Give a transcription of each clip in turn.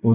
我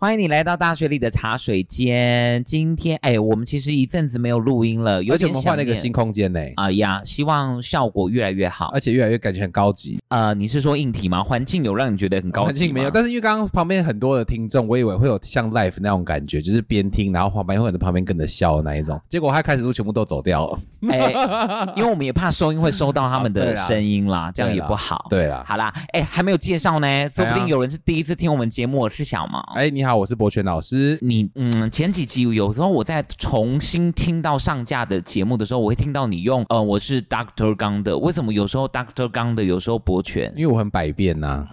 欢迎你来到大学里的茶水间。今天，哎，我们其实一阵子没有录音了，有而且点我们换了一个想新哎念空间呢、啊呀，希望效果越来越好而。且越来越感觉很高级。呃，你是说硬体吗？环境有让你觉得很高级吗环境没有，但是因为刚刚旁边很多的听众，我以为会有像 live 那种感觉，就是边听，然后旁边会有人在旁边跟着笑的那一哦种。结果他开始都全部都走掉了。哎，因为我们也怕收音会收到他们啊对的啦声音啦，这样也对啦不好。对啊啦，哦好啦，哎，还没有介绍呢，说不定有人是第一次听我们节目。我是小毛。哎、你好，我是博全老师。你嗯，前几集有时候我在重新听到上架的节目的时候，我会听到你用呃，我是 Doctor 刚的，为什么有时候 Doctor 刚的，有时候博全？因为我很百变呐、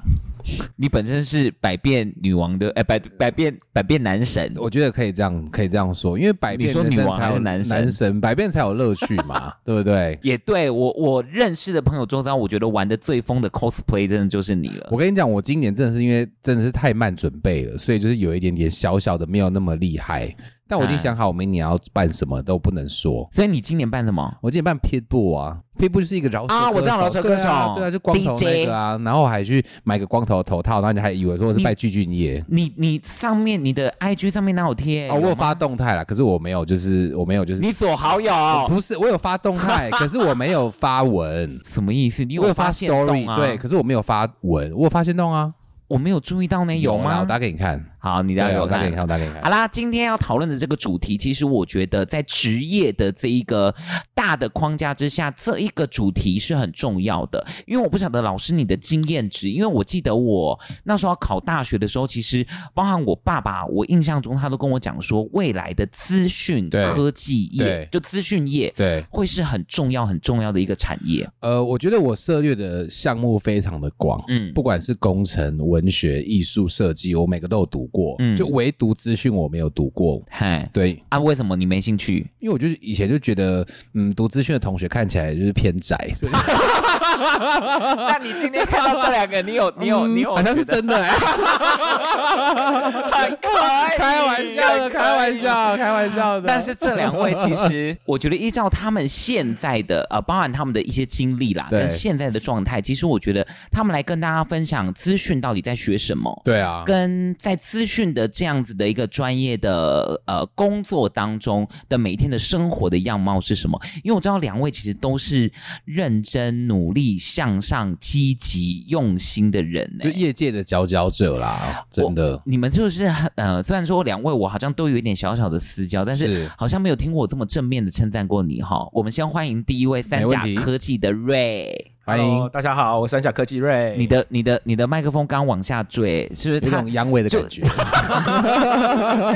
你本身是百变女王的，哎、百百变百变男神，我觉得可以这样，可以这样说，因为百嗯变你说人生女王才有还是男神男神百变才有乐趣 嘛，对不对？也对我我认识的朋友中间，我觉得玩的最疯的 cosplay 真的就是你了我。跟你讲，我今年真的是因为真的是太慢准备了，所以就是有一点点小小的没有那么厉害。但我已经啊想好，我明年要办什么都不能说。所以你今年办什么？我今年办 Pitbull 啊，Pitbull 就是一个饶舌啊我知道饶舌歌手对啊，对啊，就光头 DJ 那个啊，然后还去买个光头头套，然后你还以为说是拜具俊晔你你上面你的 IG 上面哪有贴？哦，我吗有发动态啦，可是我没有，就是我没有，就是哎你左好友我不是我有发动 态，可是我没有发文，什么意思？你我有发现 story，、啊？对，，可是我没有发文，我有发现动啊，我没有注意到呢，有啦吗我？打给你看，好，你大家对啊有我打给看你看，。我打给你看好。啦，今天要讨论的这个主题，其实我觉得在职业的这一个大的框架之下，这一个主题是很重要的。因为我不晓得老师你的经验值，因为我记得我那时候考大学的时候，其实包含我爸爸，我印象中他都跟我讲说，未来的资讯对科技业对，就资讯业，对，会是很重要很重要的一个产业。呃，我觉得我涉猎的项目非常的广，嗯不管是工程、文学、艺术、设计，我每个都有读过，嗯就唯独资讯我没有读过。嗨，对，啊，为什么你没兴趣？因为我就是以前就觉得，嗯，读资讯的同学看起来就是偏宅，所 以那你今天看到这两个，你 有 你有你有嗯好像是真的、 欸，开开玩笑的，开玩笑，开玩笑的。但是这两位其 实，我觉得依照他们现在的呃，包含他们的一些经历啦，对跟现在的状态，其实我觉得他们来跟大家分享资讯到底在学什么。 对啊，跟在资讯的这样子的一个专业的呃工作当中的每一天的生活的样貌是什么？因为我知道两位其实都是认真、努力、向上、积极、用心的人、欸，就业界的佼佼者啦，真的。你们就是很呃，虽然说两位我好像都有一点小小的私交，但是是好像没有听过我这么正面的称赞过你哈。我们先欢迎第一位三甲没问题科技的瑞，哎欢迎 Hello，大家好，我是三甲科技瑞。你的你的你的麦克风刚往下坠，是不有是一他种？阳痿的就 感觉，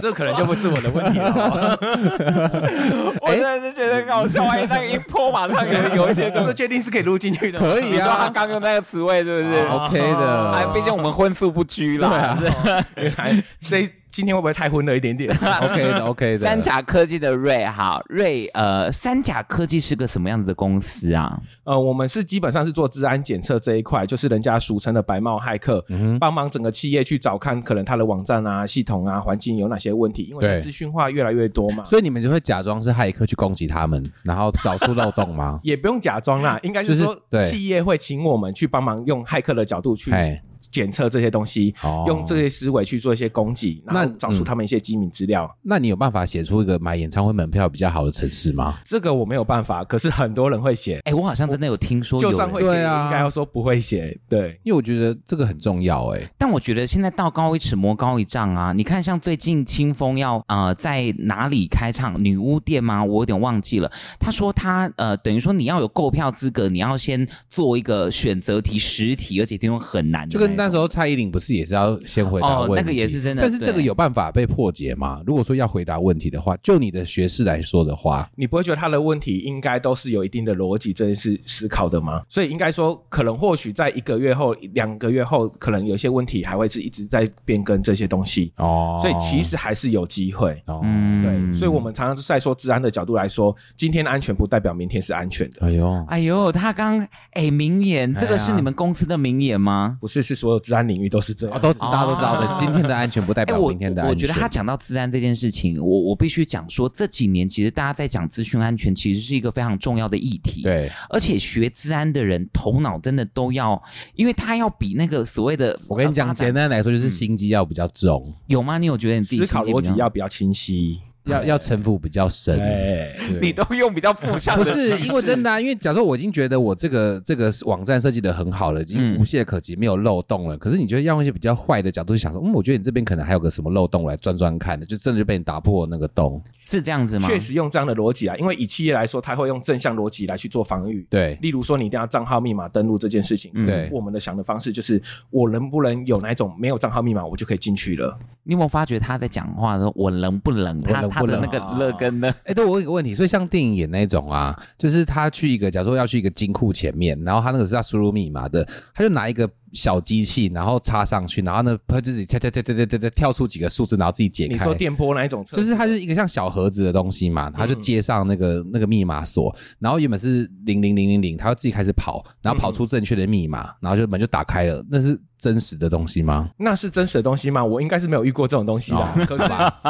这可能就不是我的问题了 哦，我真的是觉得很搞笑，万一那个一泼，马上有有一些这确定是可以录进去的吗。可你以知道他啊刚用那个词汇是不 是？ ，OK 的。哎，毕竟我们荤素不拘啊啦。原来这今天会不会太昏了一点 点？ OK 的，OK 的。三甲科技的瑞哈瑞，呃，三甲科技是个什么样子的公司啊？呃，我们是基本上是做治安检测这一块，就是人家俗称的白帽骇客，嗯帮忙整个企业去找看可能他的网站啊、系统啊、环境有哪些问题，因为现在对资讯化越来越多嘛，？所以你们就会假装是骇客去攻击他们，然后找出漏洞吗 也不用假装啦，应该是哎就是说对企业会请我们去帮忙用骇客的角度去哎检测这些东西，哦用这些思维去做一些攻击，然那后找出嗯他们一些机密资料。那你有办法写出一个买演唱会门票比较好的城市吗？这个我没有办法，可是很多人会写，哎、我好像真的有听说有就人算会写，对啊应该要说不会写。对，因为我觉得这个很重要哎、但我觉得现在道高一尺，魔高一丈啊！你看，像最近清风要呃在哪里开唱女巫店吗？我有点忘记了。他说他呃，等于说你要有购票资格，你要先做一个选择题十题，而且听说很难的就那跟一但那时候蔡依林不是也是要先回答哦问题？那个也是真的但是这个对有办法被破解吗？如果说要回答问题的话，就你的学识来说的哦话，你不会觉得他的问题应该都是有一定的逻辑这件事思考的吗？所以应该说，可能或许在一个月后、两个月后，可能有些问题还会是一直在变更这些东西，哦，所以其实还是有机会。哦，嗯对，所以我们常常在说治安的角度来说，今天安全不代表明天是安全的，哎呦，哎呦，他刚哎名言，这个是你们公司的名言吗？不是是所有治安领域都是这哦，样。都知道都知道哦的，今天的安 全不代哎，表我明天的安我我觉全。得他讲到治安这件事情，我我必须讲说，这几年其实大家在讲资讯安全，其实是一个非常重要的议题。，对，而且学治安的人头脑真的都要，因为他要比那个所谓的我跟你呃讲，发展简单来说就是心机要比较重，有吗？你有觉得你自己思考心机比逻较辑要比较清晰。要要城府比较深。对，对你都用比较负向不的，是因为真的、啊，因为假设我已经觉得我这个这个网站设计的很好了，已经嗯无懈可击，没有漏洞了。可是你觉得要用一些比较坏的角度去想说，嗯，我觉得你这边可能还有个什么漏洞我来钻钻看的，就真的就被你打破那个洞。是这样子吗？确，实用这样的逻辑啊，因为以企业来说，它会用正向逻辑来去做防御。对，例如说，你一定要账号密码登录这件事情，嗯对我们的想的方式就是，我能不能有那一种没有账号密码我就可以进去了？你有没有发觉他在讲话的时候，我冷不冷？我他冷他不的冷那个乐跟呢？哎、对我有一个问题，所以像电影演那种啊，就是他去一个，假如说要去一个金库前面，然后他那个是要输入密码的，他就拿一个小机器，然后插上去，然后呢，他自己跳跳跳跳跳跳跳跳出几个数字，然后自己解你开说。电波那一种测就试，是它就是一个像小盒子的东西嗯嘛，他就接上那个、那个密码锁，然后原本是零零零零零，他要自己开始跑，然后跑出正确的密嗯码，然后就门就打开了，那是真实的东西吗？那是真实的东西吗？我应该是没有遇过这种东西啦。可是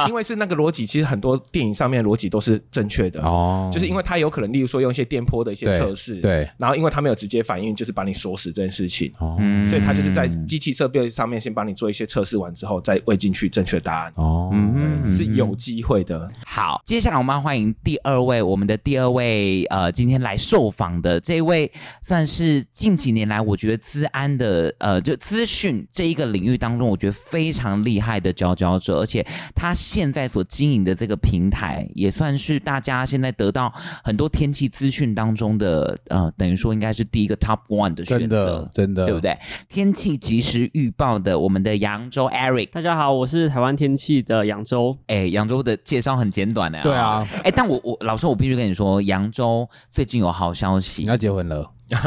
因为是那个逻辑，其实很多电影上面的逻辑都是正确啊的，哦，就是因为它有可能，例如说用一些电波的一些对测试，，对，然后因为它没有直接反应，就是把你锁死这件事情。哦、嗯啊所以它就是在机器设备上面先帮你做一些测试完之后，再喂进去正确答案，哦，嗯是有机会的。好，接下来我们要欢迎第二位，我们的第二位呃，今天来受访的这一位，算是近几年来我觉得资安的呃，就资讯这一个领域当中，我觉得非常厉害的佼佼者，而且他现在所经营的这个平台，也算是大家现在得到很多天气资讯当中的呃，等于说应该是第一个 top one 的选真择的。真的对不？对？天气及时预报的，我们的扬州 Eric，大家好，我是台湾天气的扬州。哎，扬州的介绍很简短的、对啊，哎，但我我老师，我必须跟你说，扬州最近有好消息你，要结 婚了，真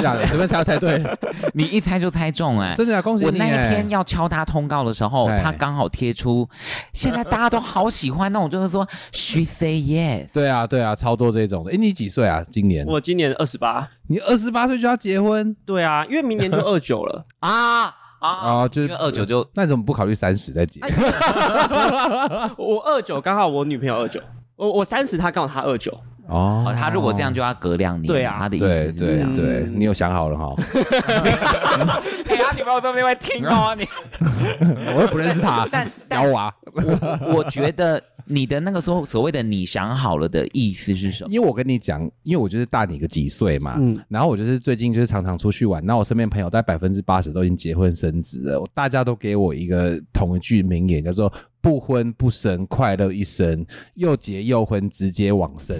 的随便猜猜对，你一猜就猜中哎、真的啊，恭喜我你！那一天，要敲他通告的时候，哎他刚好贴出，现在大家都好喜欢那种，就是说 she say yes，对啊对啊，超多这种的。哎，你几岁啊？今年我今年二十八，你二十八岁就要结婚对啊，因为明年就二九 了。啊啊，啊？就因是为二九就哎那你怎么不考虑三十再结？我二九刚好我女朋友二九，我我三十，她刚好她二九。哦哦，他如果这样就要隔两年，对啊他的意对思是嗯这对样。对，你有想好 了哈？哎呀，你朋友这边会听啊 哦，你我又不认识 他，但咬我啊！ 我我觉得你的那个时候所谓的你想好了的意思是什么？因为我跟你讲，因为我就是大你个几岁嘛，嗯然后我就是最近就是常常出去玩，那我身边朋友大概百分之八十都已经结婚生子了，我大家都给我一个同一句名言，叫做“不婚不生，快乐一生；又结又婚，直接往 生” 。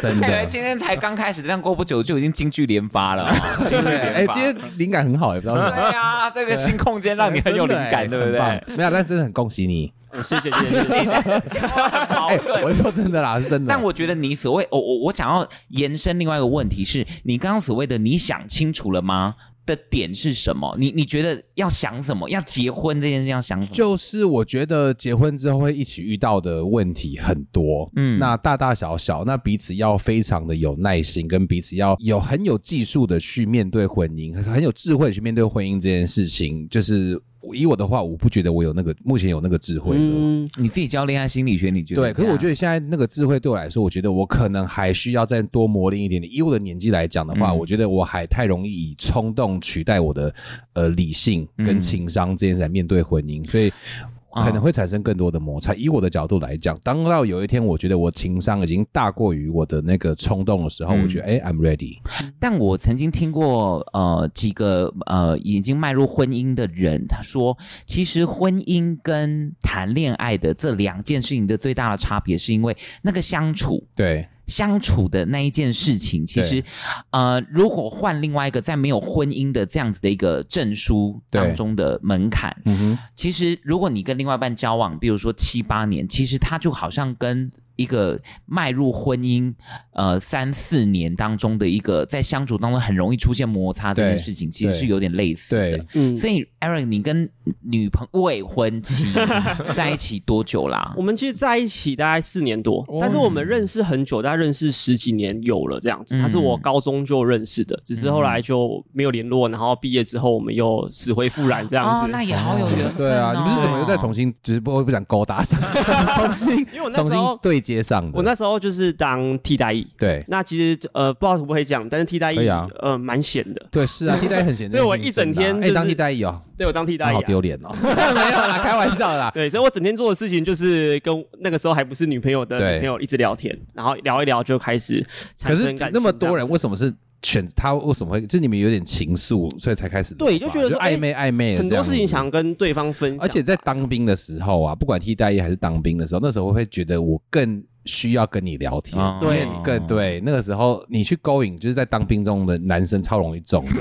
真的，哎，今天才刚开始，但过不久就已经京剧连发了，京剧哎、连发。今天灵感很好，也不知道为什么。对 呀，这个新空间让你很有灵感，对真不的对？哎很棒没有，但真的很恭喜你。哦谢谢谢谢。 谢谢哎矛哎、盾。我是说真的啦，是真的。但哎我觉得你所谓，哦我我我想要延伸另外一个问题是，你刚刚所谓的你想清楚了吗的点是什么？你你觉得要想什么？要结婚这件事要想什么？就是我觉得结婚之后会一起遇到的问题很多，嗯嗯，那大大小小，那彼此要非常的有耐心，跟彼此要有很有技术的去面对婚姻，很有智慧地去面对婚姻这件事情。就是以我的话，我不觉得我有那个目前有那个智慧了。嗯，你自己教恋爱心理学，你觉得对，可是我觉得得现在那个智慧对我来说，我觉得我可能还需要再多磨练一点点。以我的年纪来讲的话，嗯我觉得我还太容易以冲动取代我的呃理性嗯跟情商这件事来面对婚姻，所以。啊可啊能会产生更多的摩擦。以我的角度来讲，当到有一天我觉得我情商已经大过于我的那个冲动的时候，嗯我觉得哎、i m ready。但我曾经听过呃几个呃已经迈入婚姻的人，他说，其实婚姻跟谈恋爱的这两件事情的最大的差别，是因为那个相处对相处的那一件事情，其实对呃，如果换另外一个在没有婚姻的这样子的一个证书当对中的门槛，嗯哼，其实如果你跟另外一半交往，比如说七八年，其实他就好像跟一个迈入婚姻呃三四年当中的一个在相处当中很容易出现摩擦这件对事情，其实对是有点类似的对。，嗯，所以，Eric，你跟女朋未婚 妻在一起多久啦 我？们其实在一起大概四年多，但是我们认识很久，大概认识十几年有了这样子。嗯他是我高中就认识的，只是后来就没有联络，然后毕业之后我们又死灰复燃这样哦，子。那也好有缘分、哦。对啊，你们是怎么又再重新，就是不不想勾 搭上，重新因为我那时重候新对接上的？我那时候就是当替代役，对那其实呃不知道可不可以讲，但是替代可役以啊呃蛮闲的。对是啊，替代役很闲，所以我一整天就哎，是当替代役哦，对我当替代役、好啊，丢脸哦， 没有啦，开玩笑啦。对，所以我整天做的事情就是跟那个时候还不是女朋友的对女朋友一直聊天，然后聊一聊就开始可 产是生感情那么这多样子人为什么是选他？为什么会？就是你们有点情愫，所以才开始聊吧对就觉得说哎暧昧暧昧的很这多样事情子想跟对方分享，啊而且在当兵的时候啊，不管替代役还是当兵的时候，那时候我会觉得我更需要跟你聊天，哦因为对你更对。那个时候你去勾引，就是在当兵中的男生超容易中 的，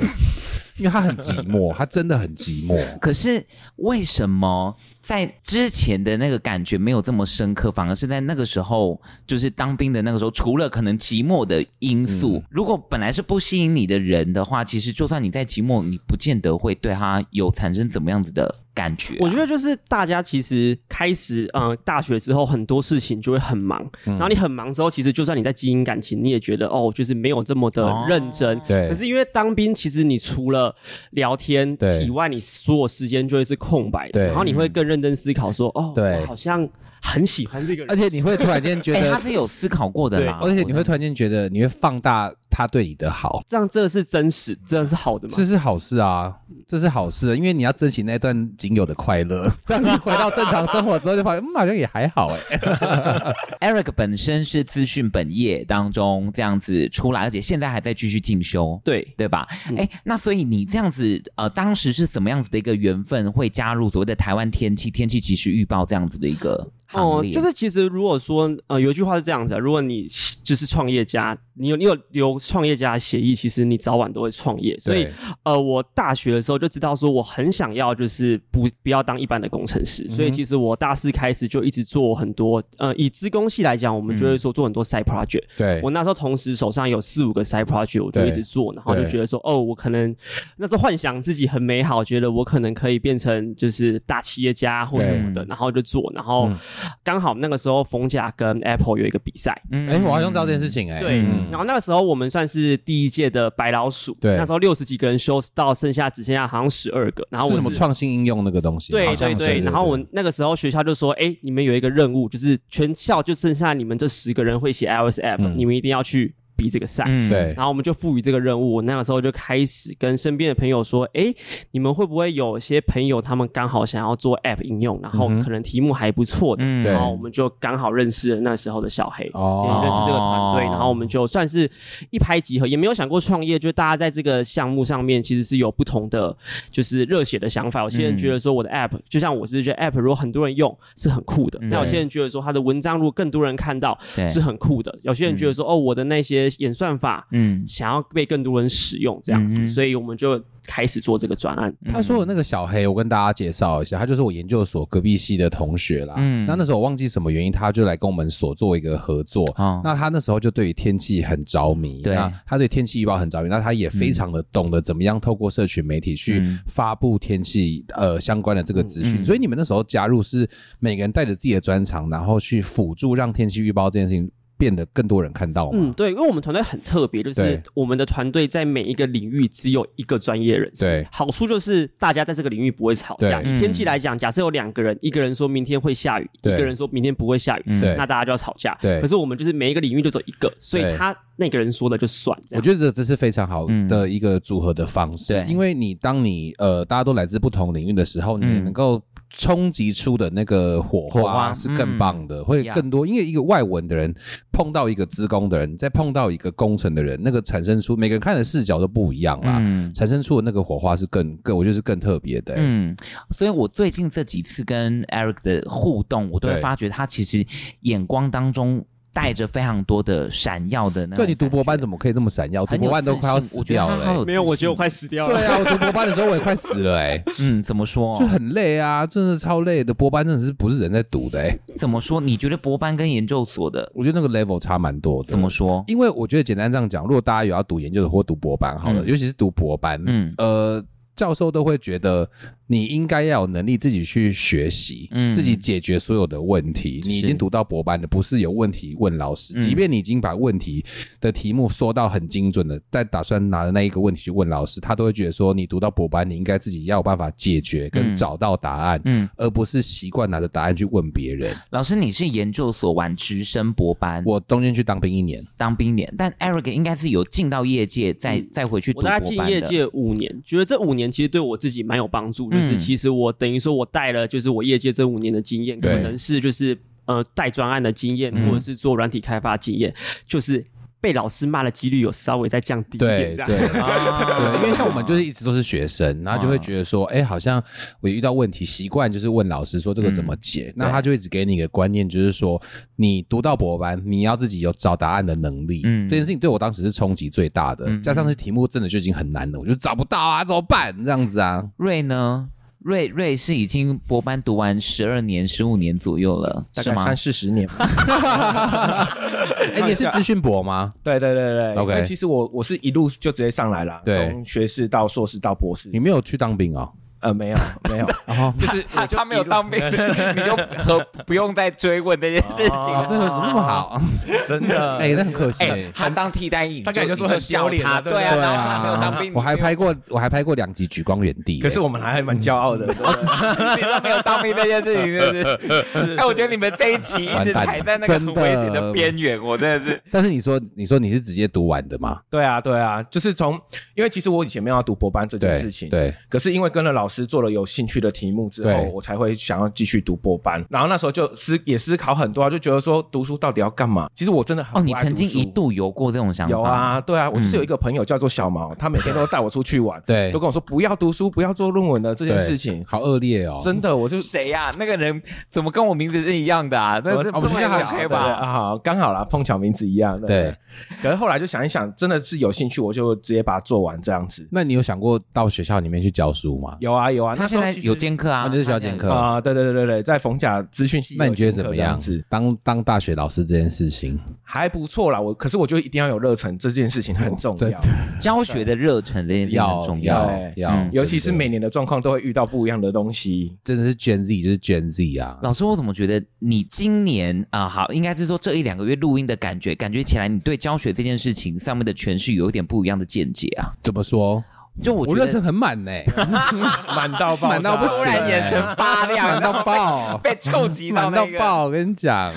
因为他很寂寞，他真的很寂寞。可是为什么在之前的那个感觉没有这么深刻，反而是在那个时候，就是当兵的那个时候，除了可能寂寞的因素，嗯如果本来是不吸引你的人的话，其实就算你在寂寞，你不见得会对他有产生怎么样子的感觉啊、我觉得就是大家其实开始，嗯、大学之后很多事情就会很忙，嗯然后你很忙之后，其实就算你在经营感情，你也觉得哦，就是没有这么的认真。哦对可是因为当兵，其实你除了聊天对以外，你所有时间就会是空白的，对然后你会更认真思考说，哦，对我好像很喜欢这个 而人。且你会突然间觉哎、得他，是有思考过的啦， 而且你会突然间觉得，你会放大他对你的好，这样真的是真实，真的是好的吗？这是好事啊，这是好事，因为你要珍惜那段仅有的快乐。 当你回到正常生活之后，就发现嗯，好像也还好哎、 Eric 本身是资讯本业当中这样子出来，而且现在还在继续进修。对，对吧？嗯哎、那所以你这样子，呃，当时是怎么样子的一个缘分，会加入所谓的台湾天气天气即时预报这样子的一个行哦，列？就是其实如果说呃，有一句话是这样子、啊，如果你就是创业家，你有你有有创业家的协议，其实你早晚都会创业。所 以对呃，我大学的时候就知道说我很想要就是不不要当一般的工程嗯师，所以其实我大四开始就一直做很多呃，以资工系来讲，我们嗯就会说做很多 side project、对我那时候同时手上有四五个 side project，我就对一直做，然后就对觉得说，哦，我可能那时候幻想自己很美好，觉得我可能可以变成就是大企业家或什么的，然后就做，然后嗯刚好那个时候冯甲跟 Apple 有一个比赛，嗯，哎、我好像知道这件事情哎、对，嗯然后那个时候我们算是第一届的白老鼠，对那时候六十几个人修到剩下只剩下好像十二个，然后是啊我什么是创新应用那个东西吗？对好像对是对，然后我那个时候学校就说，哎，你们有一个任务，就是全校就剩下你们这十个人会写 iOS app，、嗯你们一定要去比这个赛。嗯对然后我们就赋予这个任务，我那个时候就开始跟身边的朋友说，哎，你们会不会有些朋友他们刚好想要做 app 应用，然后可能题目还不错的，嗯对然后我们就刚好认识了那时候的小黑，哦也认识这个团队，然后我们就算是一拍即合，也没有想过创业，就大家在这个项目上面其实是有不同的就是热血的想法。有些人觉得说我的 app，、就像我是觉得 app 如果很多人用是很酷的，嗯那有些人觉得说他的文章如果更多人看到对是很酷的，有些人觉得说、哦我的那些演算法嗯，想要被更多人使用这样子，嗯所以我们就开始做这个专案。他说的那个小黑，我跟大家介绍一下，他就是我研究所隔壁系的同学啦。嗯那那时候我忘记什么原因，他就来跟我们所做一个合作。哦那他那时候就对于天气很着迷，对那他对天气预报很着迷，那他也非常的懂得怎么样透过社群媒体去嗯发布天气、呃相关的这个资讯。嗯所以你们那时候加入是每个人带着自己的专长，然后去辅助让天气预报这件事情变得更多人看到嘛。嗯，对，因为我们团队很特别，就是对我们的团队在每一个领域只有一个专业人士。对好处就是大家在这个领域不会吵架。对以天气来讲，假设有两个人，一个人说明天会下雨，一对个人说明天不会下雨，嗯对那大家就要吵架。对可是我们就是每一个领域就走一个，所以对他那个人说的就算。这我样觉得这是非常好的一个组合的方式，嗯对因为你当你呃大家都来自不同领域的时候，你嗯能够冲击出的那个火火花嗯花是更棒的，会呀更多。因为一个外文的人碰到一个资工的人，再碰到一个工程的人，那个产生出每个人看的视角都不一样啦，嗯产生出的那个火花是更更，我觉得是更特别的、欸嗯，所以我最近这几次跟 Eric 的互动，我都会对发觉他其实眼光当中。带着非常多的闪耀的那种对你读博班感觉怎么可以这么闪耀？读很有博班都快要自信死我觉得掉他了、好欸有没有，自我觉得我信快死掉了。对啊，我读博班的时候我也快死 了哎、嗯，怎么说？就很累啊，真的超累的。博班真的是不是人在读的哎、怎么说？你觉得博班跟研究所的我觉得那个 level 差蛮多的。怎么？说？因为我觉得简单这样讲，如果大家有要读研究所或读博班，好了，嗯尤其是读博班，嗯呃，教授都会觉得你应该要有能力自己去学习，嗯自己解决所有的问题。你已经读到博班了，不是有问题问老师，嗯即便你已经把问题的题目说到很精准了，但打算拿着那一个问题去问老师，他都会觉得说你读到博班，你应该自己要有办法解决跟嗯找到答案，嗯而不是习惯拿着答案去问别人。老师，你是研究所玩直升博班，我中间去当兵一年，当兵年，但 Eric 应该是有进到业界，再、嗯再回去读我博大班概的。进业界五年，觉得这五年其实对我自己蛮有帮助。就是嗯其实我等于说我带了，就是我业界这五年的经验，可对能是就是呃带专案的经嗯验，或者是做软体开发经验，就是被老师骂的几率有稍微再降低一对点这样。对。啊对， 因为像我们就是一直都是学生，然后就会觉得说，哎、好像我遇到问题，习惯就是问老师说这个怎么解，嗯那他就一直给你一个观念，就是说你读到博班，你要自己有找答案的能力。嗯这件事情对我当时是冲击最大嗯的，加上这题目真的就已经很难了，我就找不到啊，怎么办？这样子 啊，瑞呢？瑞瑞是已经博班读完十二年、十五年左右了，大是概吗三？四十年吧。哎、你也是资讯博吗？对对对对 OK 因为其实我我是一路就直接上来了，对从学士到硕士到博士你。没有去当兵哦？呃，没有没有，哦 就是他他没有当兵， 你就和不用再追问这件事哦情啊，了。对，怎么那么好？真的 哎、那很可惜、哎，他当替代役，大概你就就说你就很笑丢脸他，对对啊，对然后他没有当兵，我还你就拍过，我还拍过两集《举光远地》可是哎我们还蛮骄傲的。你说没有当兵那件事 情，真是。哎，我觉得你们这一期一直踩在那个很危险的边缘，我真的是。但是你说，你说你是直接读完的吗？ 对啊对啊，就是从因为其实我以前没有要读博班这件对事情，对，可是因为跟了老师做了有兴趣的题目之后对，我才会想要继续读博班。然后那时候就思也思考很多、啊，就觉得说读书到底要干嘛？其实我真的很哦，你不爱曾经读书一度有过这种想法？有，啊，对啊，我就是有一个朋友叫 做小毛，他每天都带我出去玩，对都跟我说不要读书，不要做论文的这件对事情，好恶劣哦！真的我就。谁呀、那个人怎么跟我名字是一样的啊？那这我这们么现在还黑对吧？啊，好，刚好啦，碰巧名字一样。对，可是后来就想一想，真的是有兴趣，我就直接把它做完这样子。那你有想过到学校里面去教书吗？有啊，有啊，他那时现候在其实有兼课啊，啊就是需要兼课啊，对对对对对，在逢甲资讯系，那你觉得怎么样子？？当当大学老师这件事情，还不错啦，我可是我觉得一定要有热忱，这件事情很重哦真要，教学的热忱这件事情很重要要。对要嗯， 尤其是真的每年的状况都会遇到不一样的东西。真的是 Gen Z 就是 Gen Z 啊，老师，我怎么觉得你今年啊、好，应该是说这一两个月录音的感觉，感觉起来你对教学这件事情上面的诠释有一点不一样的见解啊。怎么说？就我我觉热忱得，很满呢， 满到爆炸，满到不行，突欸然眼神发 亮 满 到爆，被 触及到满那到个，爆！我跟你讲，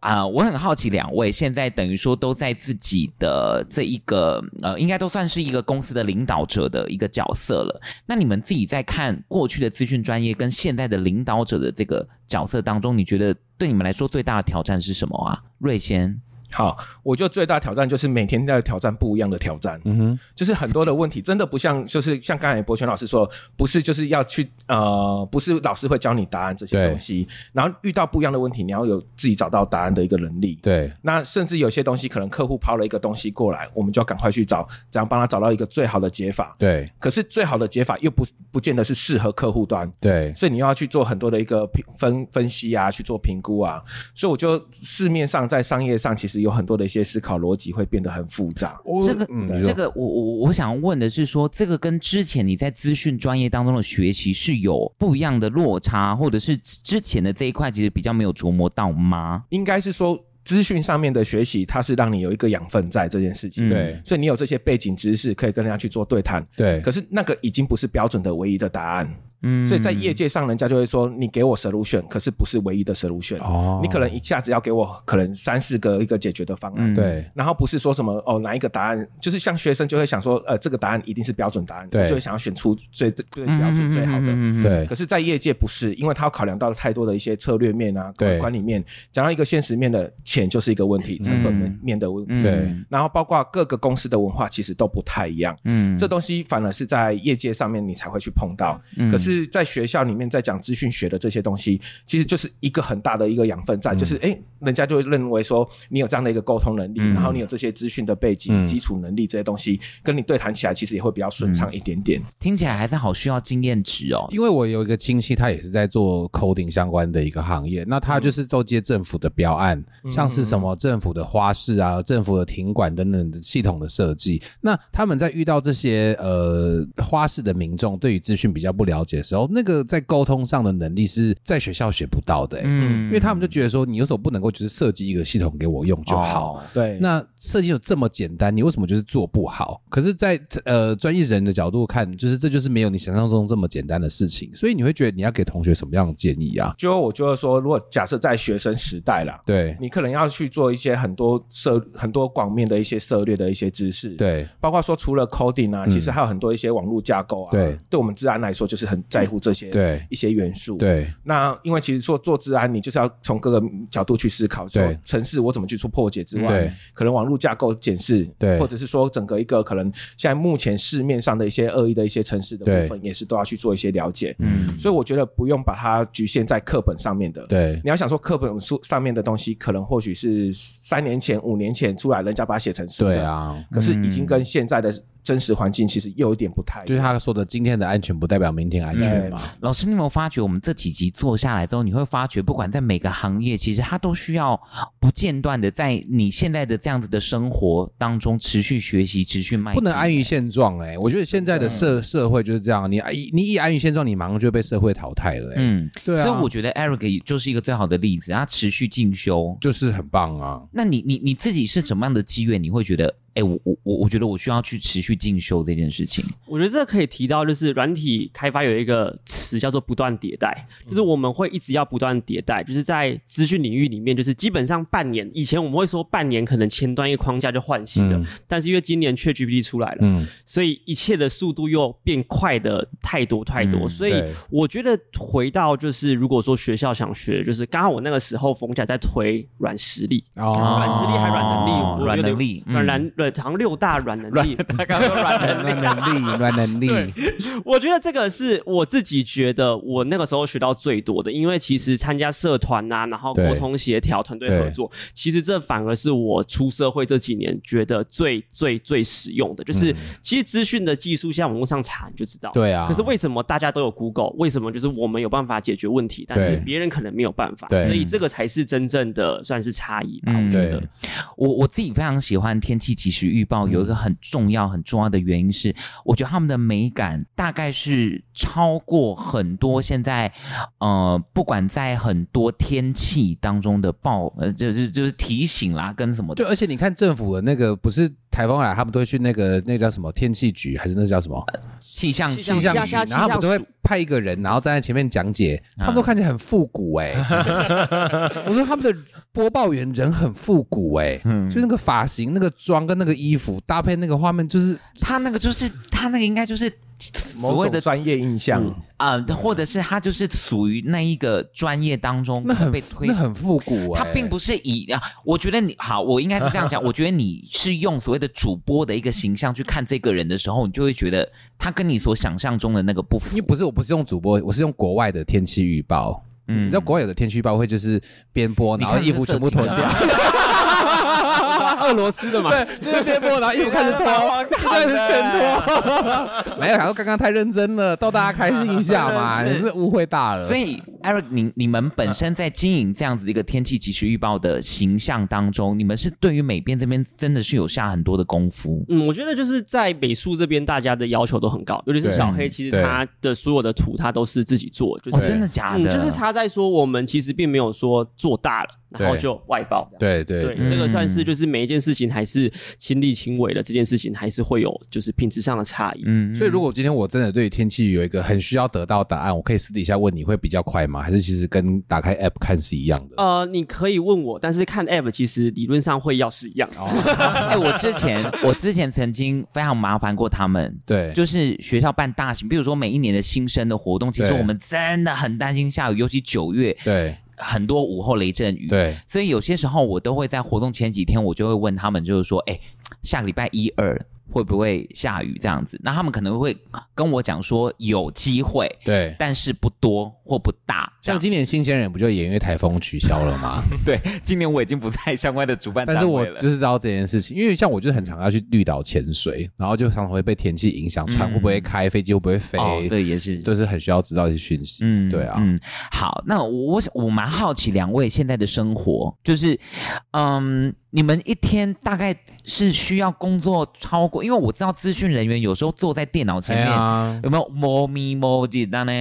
啊、我很好奇两位现在等于说都在自己的这一个呃，应该都算是一个公司的领导者的一个角色了。那你们自己在看过去的资讯专业跟现在的领导者的这个角色当中，你觉得对你们来说最大的挑战是什么啊？瑞先，好，我觉得最大挑战就是每天在挑战不一样的挑战，嗯哼，就是很多的问题真的不像，就是像刚才博泉老师说，不是就是要去呃，不是老师会教你答案这些对东西，然后遇到不一样的问题，你要有自己找到答案的一个能力。对，那甚至有些东西，可能客户抛了一个东西过来，我们就要赶快去找，怎样帮他找到一个最好的解法。对，可是最好的解法又不不见得是适合客户端，对，所以你又要去做很多的一个评分分析啊，去做评估啊。所以我就市面上在商业上，其实有很多的一些思考逻辑会变得很复杂。这个、嗯你说这个，我我我想问的是说，这个跟之前你在资讯专业当中的学习是有不一样的落差，或者是之前的这一块其实比较没有琢磨到吗？应该是说资讯上面的学习，它是让你有一个养分在这件事情。嗯对，所以你有这些背景知识，可以跟人家去做对谈。对可，是那个已经不是标准的唯一的答案，嗯所以在业界上，人家就会说你给我 solution，可是不是唯一的 solution。哦你可能一下子要给我可能三四个一个解决的方案。嗯对，然后不是说什么哦，哪一个答案，就是像学生就会想说，呃，这个答案一定是标准答案，对就会想要选出最最标准最好的。嗯嗯嗯嗯嗯对可，是，在业界不是，因为他要考量到太多的一些策略面啊、对管管理面，讲到一个现实面的钱就是一个问题，成本面嗯面的问题，嗯对然后包括各个公司的文化其实都不太一样，嗯这东西反而是在业界上面你才会去碰到。嗯可是就是在学校里面在讲资讯学的这些东西，其实就是一个很大的一个养分嗯在，就是哎、诶人家就会认为说你有这样的一个沟通能力，然后你有这些资讯的背景、嗯基础能力这些东西，跟你对谈起来其实也会比较顺畅一点点。听起来还是好需要经验值哦。因为我有一个亲戚，他也是在做 coding 相关的一个行业，那嗯他就是都接政府的标案，像是什么政府的花市啊、政府的停管等等的系统的设计。那他们在遇到这些呃花市的民众对于资讯比较不了解的时候，那个在沟通上的能力是在学校学不到的、欸，嗯因为他们就觉得说，你有什么不能够就是设计一个系统给我用就好？哦对那那设计有这么简单，你为什么就是做不好？可是在，呃专业人的角度看，就是这就是没有你想象中这么简单的事情，所以你会觉得你要给同学什么样的建议啊？就我觉得说，如果假设在学生时代啦，对你可能要去做一些很多涉很多广面的一些涉猎的一些知识，。对，包括说除了 coding 啊，嗯其实还有很多一些网络架构啊，对，我们治安来说就是很在乎这些对一些元素。，对，那因为其实说做治安，你就是要从各个角度去思考，说对城市我怎么去做破解之对外，可能网络架构检视，对或者是说整个一个可能现在目前市面上的一些恶意的一些城市的对部分，也是都要去做一些了解。嗯，所以我觉得不用把它局限在课本上面的，对，你要想说课本书上面的东西，可能或许是三年前、五年前出来，人家把它写成书的对，啊，可是已嗯经跟现在的真实环境其实又有点不太一样。就是他说的，今天的安全不代表明天安全对嘛。老嗯师，你有没有发觉我们这几集做下来之后，你会发觉，不管在每个行业，其实它都需要不间断的在你现在的这样子的生活当中持续学习、持续迈进，不能安于现状哎、我觉得现在的社社会就是这样，你一你一安于现状，你马上就被社会淘汰了、欸。嗯，嗯，对啊，所以我觉得 Eric 就是一个最好的例子，他持续进修。就是很棒啊。那你你你自己是什么样的机缘？你会觉得，哎、我我我我觉得我需要去持续进修这件事情。我觉得这可以提到，就是软体开发有一个词叫做不断迭代，嗯就是我们会一直要不断迭代，就是在资讯领域里面，就是基本上半年以前我们会说半年可能前端一个框架就换新了，嗯但是因为今年 ChatGPT 出来了，嗯，所以一切的速度又变快的太多太多，嗯所以对我觉得回到就是如果说学校想学，就是刚好我那个时候冯甲在推软实力， 哦，软实力还软能力，哦我啊软觉得能力嗯软软软长六大软能 力，软能力，软能力， 我觉得这个是我自己觉得我那个时候学到最多的，因为其实参加社团呐、然后对沟通协调、团队合作，其实这反而是我出社会这几年觉得最最最实用的，就是、嗯其实资讯的技术，现在网络上查你就知道。对啊可是为什么大家都有 Google？为什么就是我们有办法解决问题，但是对别人可能没有办法？对所以这个才是真正的算是差异吧。嗯我觉得 对。我我自己非常喜欢天气即时预报，有一嗯个很重要很重要的原因是，我觉得他们的美感大概是超过很多现在呃，不管在很多天气当中的报呃，就是就是提醒啦跟什么对，啊的。而且你看政府的那个，不是台风来，他们都会去那个那叫什么天气局，还是那叫什呃么气象啊气气气象象局？气然后他象们都会署派一个人，然后站在前面讲解，嗯他们都看起来很复古 哎、我说他们的播报员人很复古哎、嗯就是那个发型、那个妆跟那个衣服搭配那个画面，就是他那个就是他那个应该就是所某谓种的专业印象，嗯啊、或者是他就是属于那一个专业当中那很被推那很复古哎、它并不是以啊，我觉得你好，我应该是这 样讲，我觉得你是用所谓的主播的一个形象去看这个人的时候，你就会觉得他跟你所想象中的那个不符因为。不是，我不是用主播，我是用国外的天气预报。嗯，嗯你知道国外有的天气预报会就是边播，你然看后衣服这全部色脱情掉啊， 俄罗斯的 嘛，对，就是边播，然后衣服开始脱，开始全 脱。没有，然后刚刚太认真了，逗大家开心一下嘛，真你的 是是误会大了。所以，Eric，你你们本身在经营这样子的一个天气即时预报的形象当中，你们是对于美编这边真的是有下很多的功夫。嗯，我觉得就是在美术这边，大家的要求都很高，尤其是对小黑，其实对他的所有的图他都是自己做，就哦，是真的假嗯，的？就是差在说我们其实并没有说做大了，然后对就外包这对样。对对，嗯这个算是就是每一件事情还是亲力亲为的，这件事情还是会有就是品质上的差异。嗯，所以如果今天我真的对天气有一个很需要得到答案，我可以私底下问你会比较快吗？还是其实跟打开 app 看是一样的？哦呃，你可以问我，但是看 app 其实理论上会要是一样的。哎、我之前我之前曾经非常麻烦过他们， 对，就是学校办大型，比如说每一年的新生的活动，其实对我们真的很担心下雨，尤其九月对很多午后雷阵雨。，对所以有些时候我都会在活动前几天，我就会问他们，就是说，哎，下个礼拜一二会不会下雨这样子。那他们可能会跟我讲说有机会，对。但是不多或不大。这像样今年新鲜人不就也因为台风取消了吗？ 对，今年我已经不在相关的主办但是单我位了。就是知道这件事情，因为像我就是很常要去绿岛潜水，然后就常常会被天气影响，船会不会开，飞机会不会飞，嗯哦，这也是就是很需要知道一些讯息。嗯，对啊，嗯，好，那我我我蛮好奇两位现在的生活，就是，嗯，你们一天大概是需要工作超过，因为我知道资讯人员有时候坐在电脑前哎面，呀，有没有摸咪摸简单呢？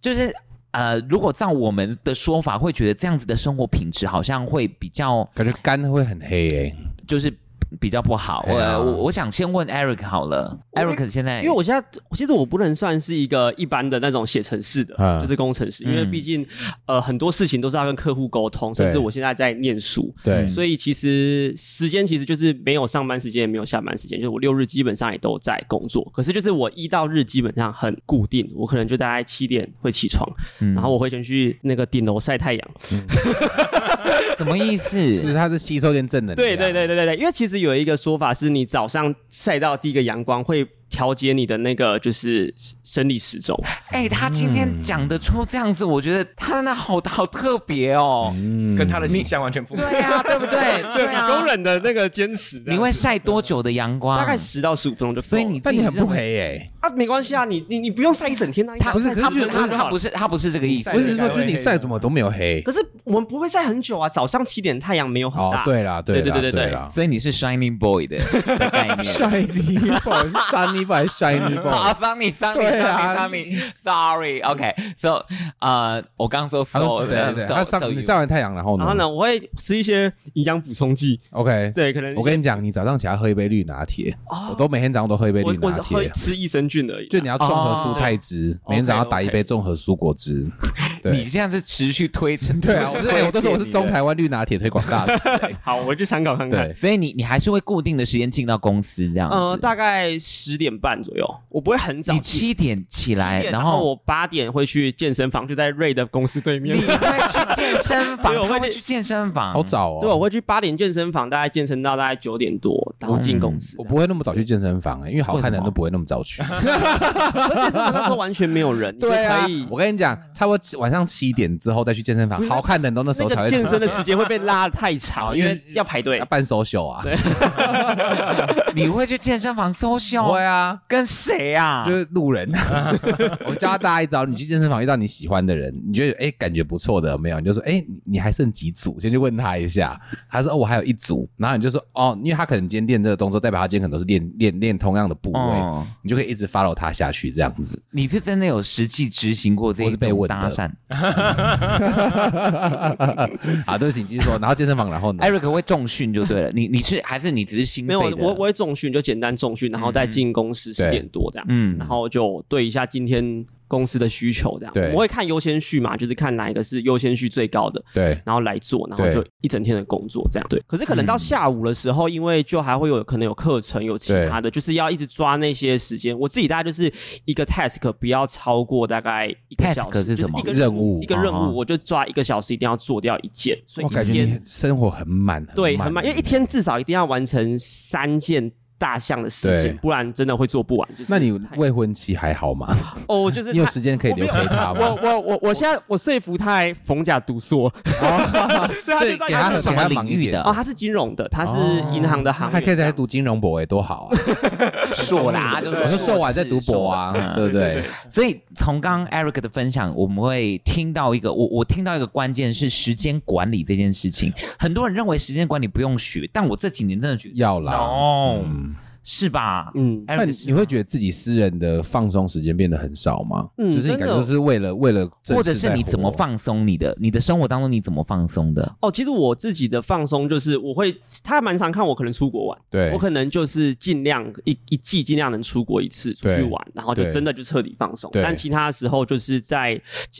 就是呃，如果照我们的说法，会觉得这样子的生活品质好像会比较感觉肝会很黑欸诶、就是比较不好。哎呀我我我想先问 Eric 好了，Eric 现在因为我现在其实我不能算是一个一般的那种写程式的，嗯就是工程师，因为嗯毕竟呃很多事情都是要跟客户沟通，甚至对我现在在念书，对，所以其实时间其实就是没有上班时间，也没有下班时间，就是我六日基本上也都在工作。可是就是我一到日基本上很固定，我可能就大概七点会起床，然后我会先去那个顶楼晒太阳。什么意就是思？它是吸收点正能量。对对对对对对，因为其实有一个说法是，你早上晒到第一个阳光会调节你的那个就是生理时 钟。哎、他今嗯天讲得出这样子，我觉得他那好好特别哦。嗯跟他的形象完全不一样。对啊，对不 对？对理工啊，人的那个坚持这样子，你会晒多久的阳光？大概十到十五分钟就够所了。以你自但己你很不认为黑欸诶、啊，没关系啊，你你你不用晒一整天啊。你他早不上是晒可他不是十五是分钟他就他好不了是他不是这个意思我。只是说，就是你晒怎么都没有黑。可是我们不会晒很久啊，早上七点太阳没有很哦大。，对啦，对啦，对对对啦。所以你是 Shining Boy 的的概 念。 Shiny boy 是 Sunny boy 还是 Shiny 啊， boy？桑尼，桑尼，对啊桑尼，Sorry，OK，So，呃，我刚说他 So，说对对对， so- 他 so 上 you- 你晒完太阳，然后呢？然后呢，我会吃一些营养补充剂， o k 对，可能一些我跟你讲，你早上起来喝一杯绿拿铁，我都每天早上都喝一杯我绿我拿是会铁。吃益生菌而已啊。就你要综合蔬菜汁，每天早上打一杯综合蔬果 汁。你对这样是持续推陈，对啊，我是哎我都说我是中台湾绿拿铁推广大使。 哎好，我去参考看看对。所以你你还是会固定的时间进到公司这样子。呃，大概十点半左右，我不会很早你起。七点起7来，点然然后我八点会去健身房，就在瑞的公司对面你。会去健身房，对我他会会去健身房，好。早对，啊我哦，会去八点健身房，大概健身到大概九点多，然后进公司。我不会那么早去健身房，哎因为好看的人都不会那么早去。 而且是那时候完全没有人，你就对啊可以，我跟你讲，差不多七晚上七点之后再去健身房，好看的人都那时那候才个会健身的时间会被拉得太长，哦因因为为要排队要。办 social 啊。对，你会去健身房 social？会啊，跟谁啊？就是路 人。我教大家一招，你去健身房遇到你喜欢的人，你觉得哎、感觉不错的没有，你就说哎、你你还剩几组，先去问他一下。他说哦我还有一组，然后你就说哦，因为他可能今天练这个动作，代表他今天可能都是练练练同样的部位，哦你就可以一直 follow 他下去这样 子。你是真的有实际执行过这我一是被种问的搭讪好，对不起，你继续说。然后健身房，然后哎呢？ ？Eric 会重训就对了，你你是还是你只是心没有，肺的我我会重训，就简单重训，然后再进公嗯司十点多这样子嗯，然后就对一下今天公司的需求这样。对我会看优先序嘛，就是看哪一个是优先序最高的，对，然后来做，然后对就嗯一整天的工作这样。对，可是可能到下午的时候，因为就还会有可能有课程，有其他的，就是要一直抓那些时间。我自己大概就是一个 task 不要超过大概一个 Task 小时，是就什么一个任务一个任啊哈务我就抓一个小时，一定要做掉一件，所以我感一觉天你生活很欸满，对，很慢，因为一天至少一定要完成三件大项的事对情，不然真的会做不完。就是那你太未婚妻还好吗？哦，就是你有太时间可以留给他我吗？我我我现在我说服他还逢甲读硕， 对，他对现在给他就是什么给他领忙一域点的哦，？他是金融的，他是银行的行哦还员，可以再读金融博，哎，多 好啊！硕啦，就是我说硕完再读博硕士啊，嗯对不对？所以从刚刚 Eric 的分享，我们会听到一个，我我听到一个关键是时间管理这件事情。很多人认为时间管理不用学，但我这几年真的觉得要啦。哦，嗯是吧？嗯，那 Eric，你是你会觉得自己私人的放松时间变得很少吗？嗯就是你真的感觉是为了为了正或事者在是活你怎么？放松你的，你的生活当中你怎么放松的？哦，其实我自己的放松就是我会，他蛮常看我可能出国玩，对我可能就是尽量一一季尽量能出国一次出去对玩，然后就对真的就彻底放松。对但其他的时候就是在，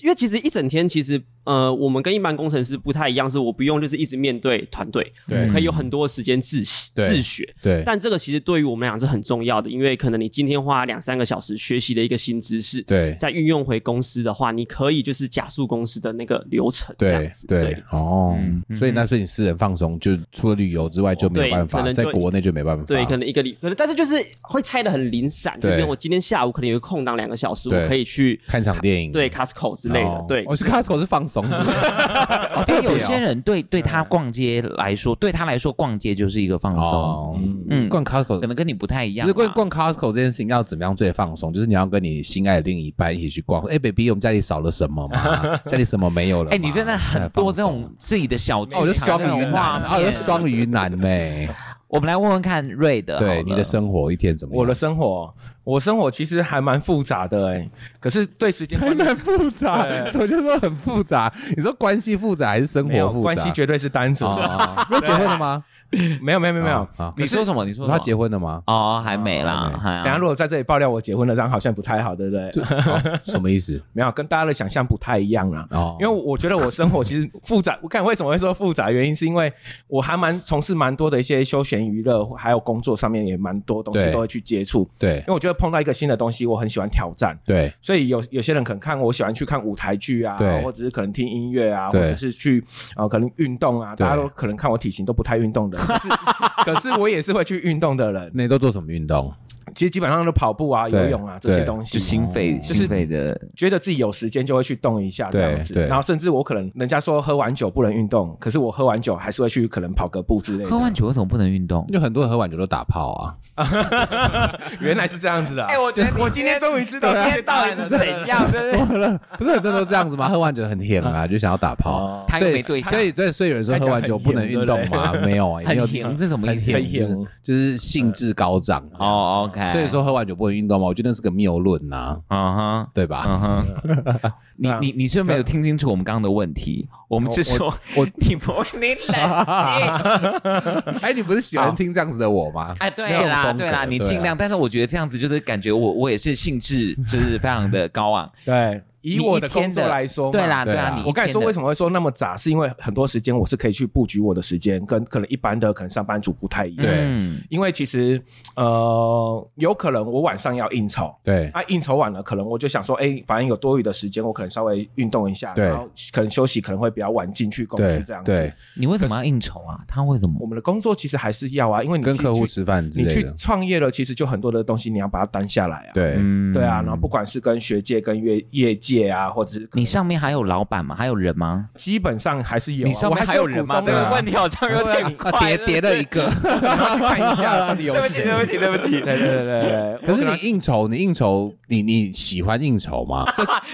因为其实一整天其实呃，我们跟一般工程师不太一样，是我不用就是一直面对团队，对我可以有很多时间自嗯习对自学。对但这个其实对于我们俩是很重要的，因为可能你今天花两三个小时学习的一个新知识，对再运用回公司的话，你可以就是加速公司的那个流程，这样对子，对哦嗯，所以那所以你私人放松，就除了旅游之外就没有对办可法，能在就国内就没办法。对，可能一个礼，可能但是就是会拆的很零散，就对比如我今天下午可能有个空档两个小时，对我可以去看场电影，对 Costco 之类的哦，对我是 Costco 是放松，是 不是 哦对，有些人对对他嗯逛街来说，对他来说逛街就是一个放松，哦，嗯，逛可 Costco。能跟你不太一就样是吧。逛逛 Costco 这件事情要怎么样最放松？就是你要跟你心爱的另一半一起去逛。哎、b a b y 我们家里少了什么 吗？家里什么没有了吗？哎，你真的很多这种自己的小剧哦，我就场双那鱼种男画啊，我就面。双鱼男 嘞、我们来问问看瑞的，好对，了你的生活一天怎么样？我的生活，我生活其实还蛮复杂的哎、可是对时间还观念蛮复杂，对什么叫做很复杂？你说关系复杂还是生没活有复杂？关系，绝对是单纯的。啊，那结婚 了吗？没有没有没有没有啊，啊，你说什么？你说他他结婚了吗？哦，还没哦啦，还等一下如果在这里爆料我结婚了，这样好像不太好，对不对？就 哦什么意思？没有，跟大家的想象不太一样啦。哦，因为我觉得我生活其实复杂，我看为什么会说复杂，原因是因为我还蛮从事蛮多的一些休闲娱乐，还有工作上面也蛮多东对西都会去接触。对因为我觉得碰到一个新的东西，我很喜欢挑战，对所以有有些人可能看我喜欢去看舞台剧啊对，或者是可能听音乐啊，或对者是去啊、呃可能运动啊，对大家都可能看我体型都不太运动的，可是可是我也是会去运动的人，那你都做什么运动？其实基本上都跑步啊、对游泳啊这对些东西就。心哦肺就是心肺的觉得自己有时间就会去动一下这样子，对对然后甚至我可能人家说喝完酒不能运动，可是我喝完酒还是会去可能跑个步之类的。喝完酒为什么不能运动？有很多人喝完酒都打炮啊， 原来是这样子的、啊，哎，我觉得我今天终于知道今天到底是怎样，对不对？ 不是很多人都这样子吗？喝完酒很甜啊，就想要打炮。哦 他又所以没对象所，以对，所以有人说喝完酒不能运动吗？ 没有啊，也没有很甜，这什么意很思？甜，就是就是兴致高涨哦。哦，OK。所以，说喝完酒不能运动吗？我觉得那是个谬论呐，嗯哼。对吧？嗯哼， 你你你是不是没有听清楚我们刚刚的问题，我们是说，我 你不你冷 静，哎，你不是喜欢听这样子的我吗？哎，对那种啦，风对格啦，你对啊尽量，但是我觉得这样子就是感觉我我也是兴致就是非常的高昂，对， 以我的你一工天作来说嘛，啊对啦，对对啦啦，你我刚才说为什么？么会说那么杂，是因为很多时间我是可以去布局我的时间，跟可能一般的可能上班族不太一样。对嗯因为其实呃，有可能我晚上要应酬。对啊，应酬晚了，可能我就想说，哎、反正有多余的时间，我可能稍微运动一下，对然后可能休息，可能会比较晚进 去公司对这样子对。，你为什么要应酬啊？他为什我么？们的工作其实还是要啊，因为你跟自己客户去吃饭之你类去的，创业了，其实就很多的东西你要把它担下来啊。对嗯对啊，然后不管是跟学界、跟业业界啊，或者是你上面还有老板吗？还有人 吗？基本上还是有啊、你上我面还还是有股人吗？东这的个啊问题好像有 点对快 啊，叠叠了一 个。然后去看一下到底有对不起，谁对不起，对不起，对对对对对，可是我你应酬，你应酬，你你喜欢应 酬吗？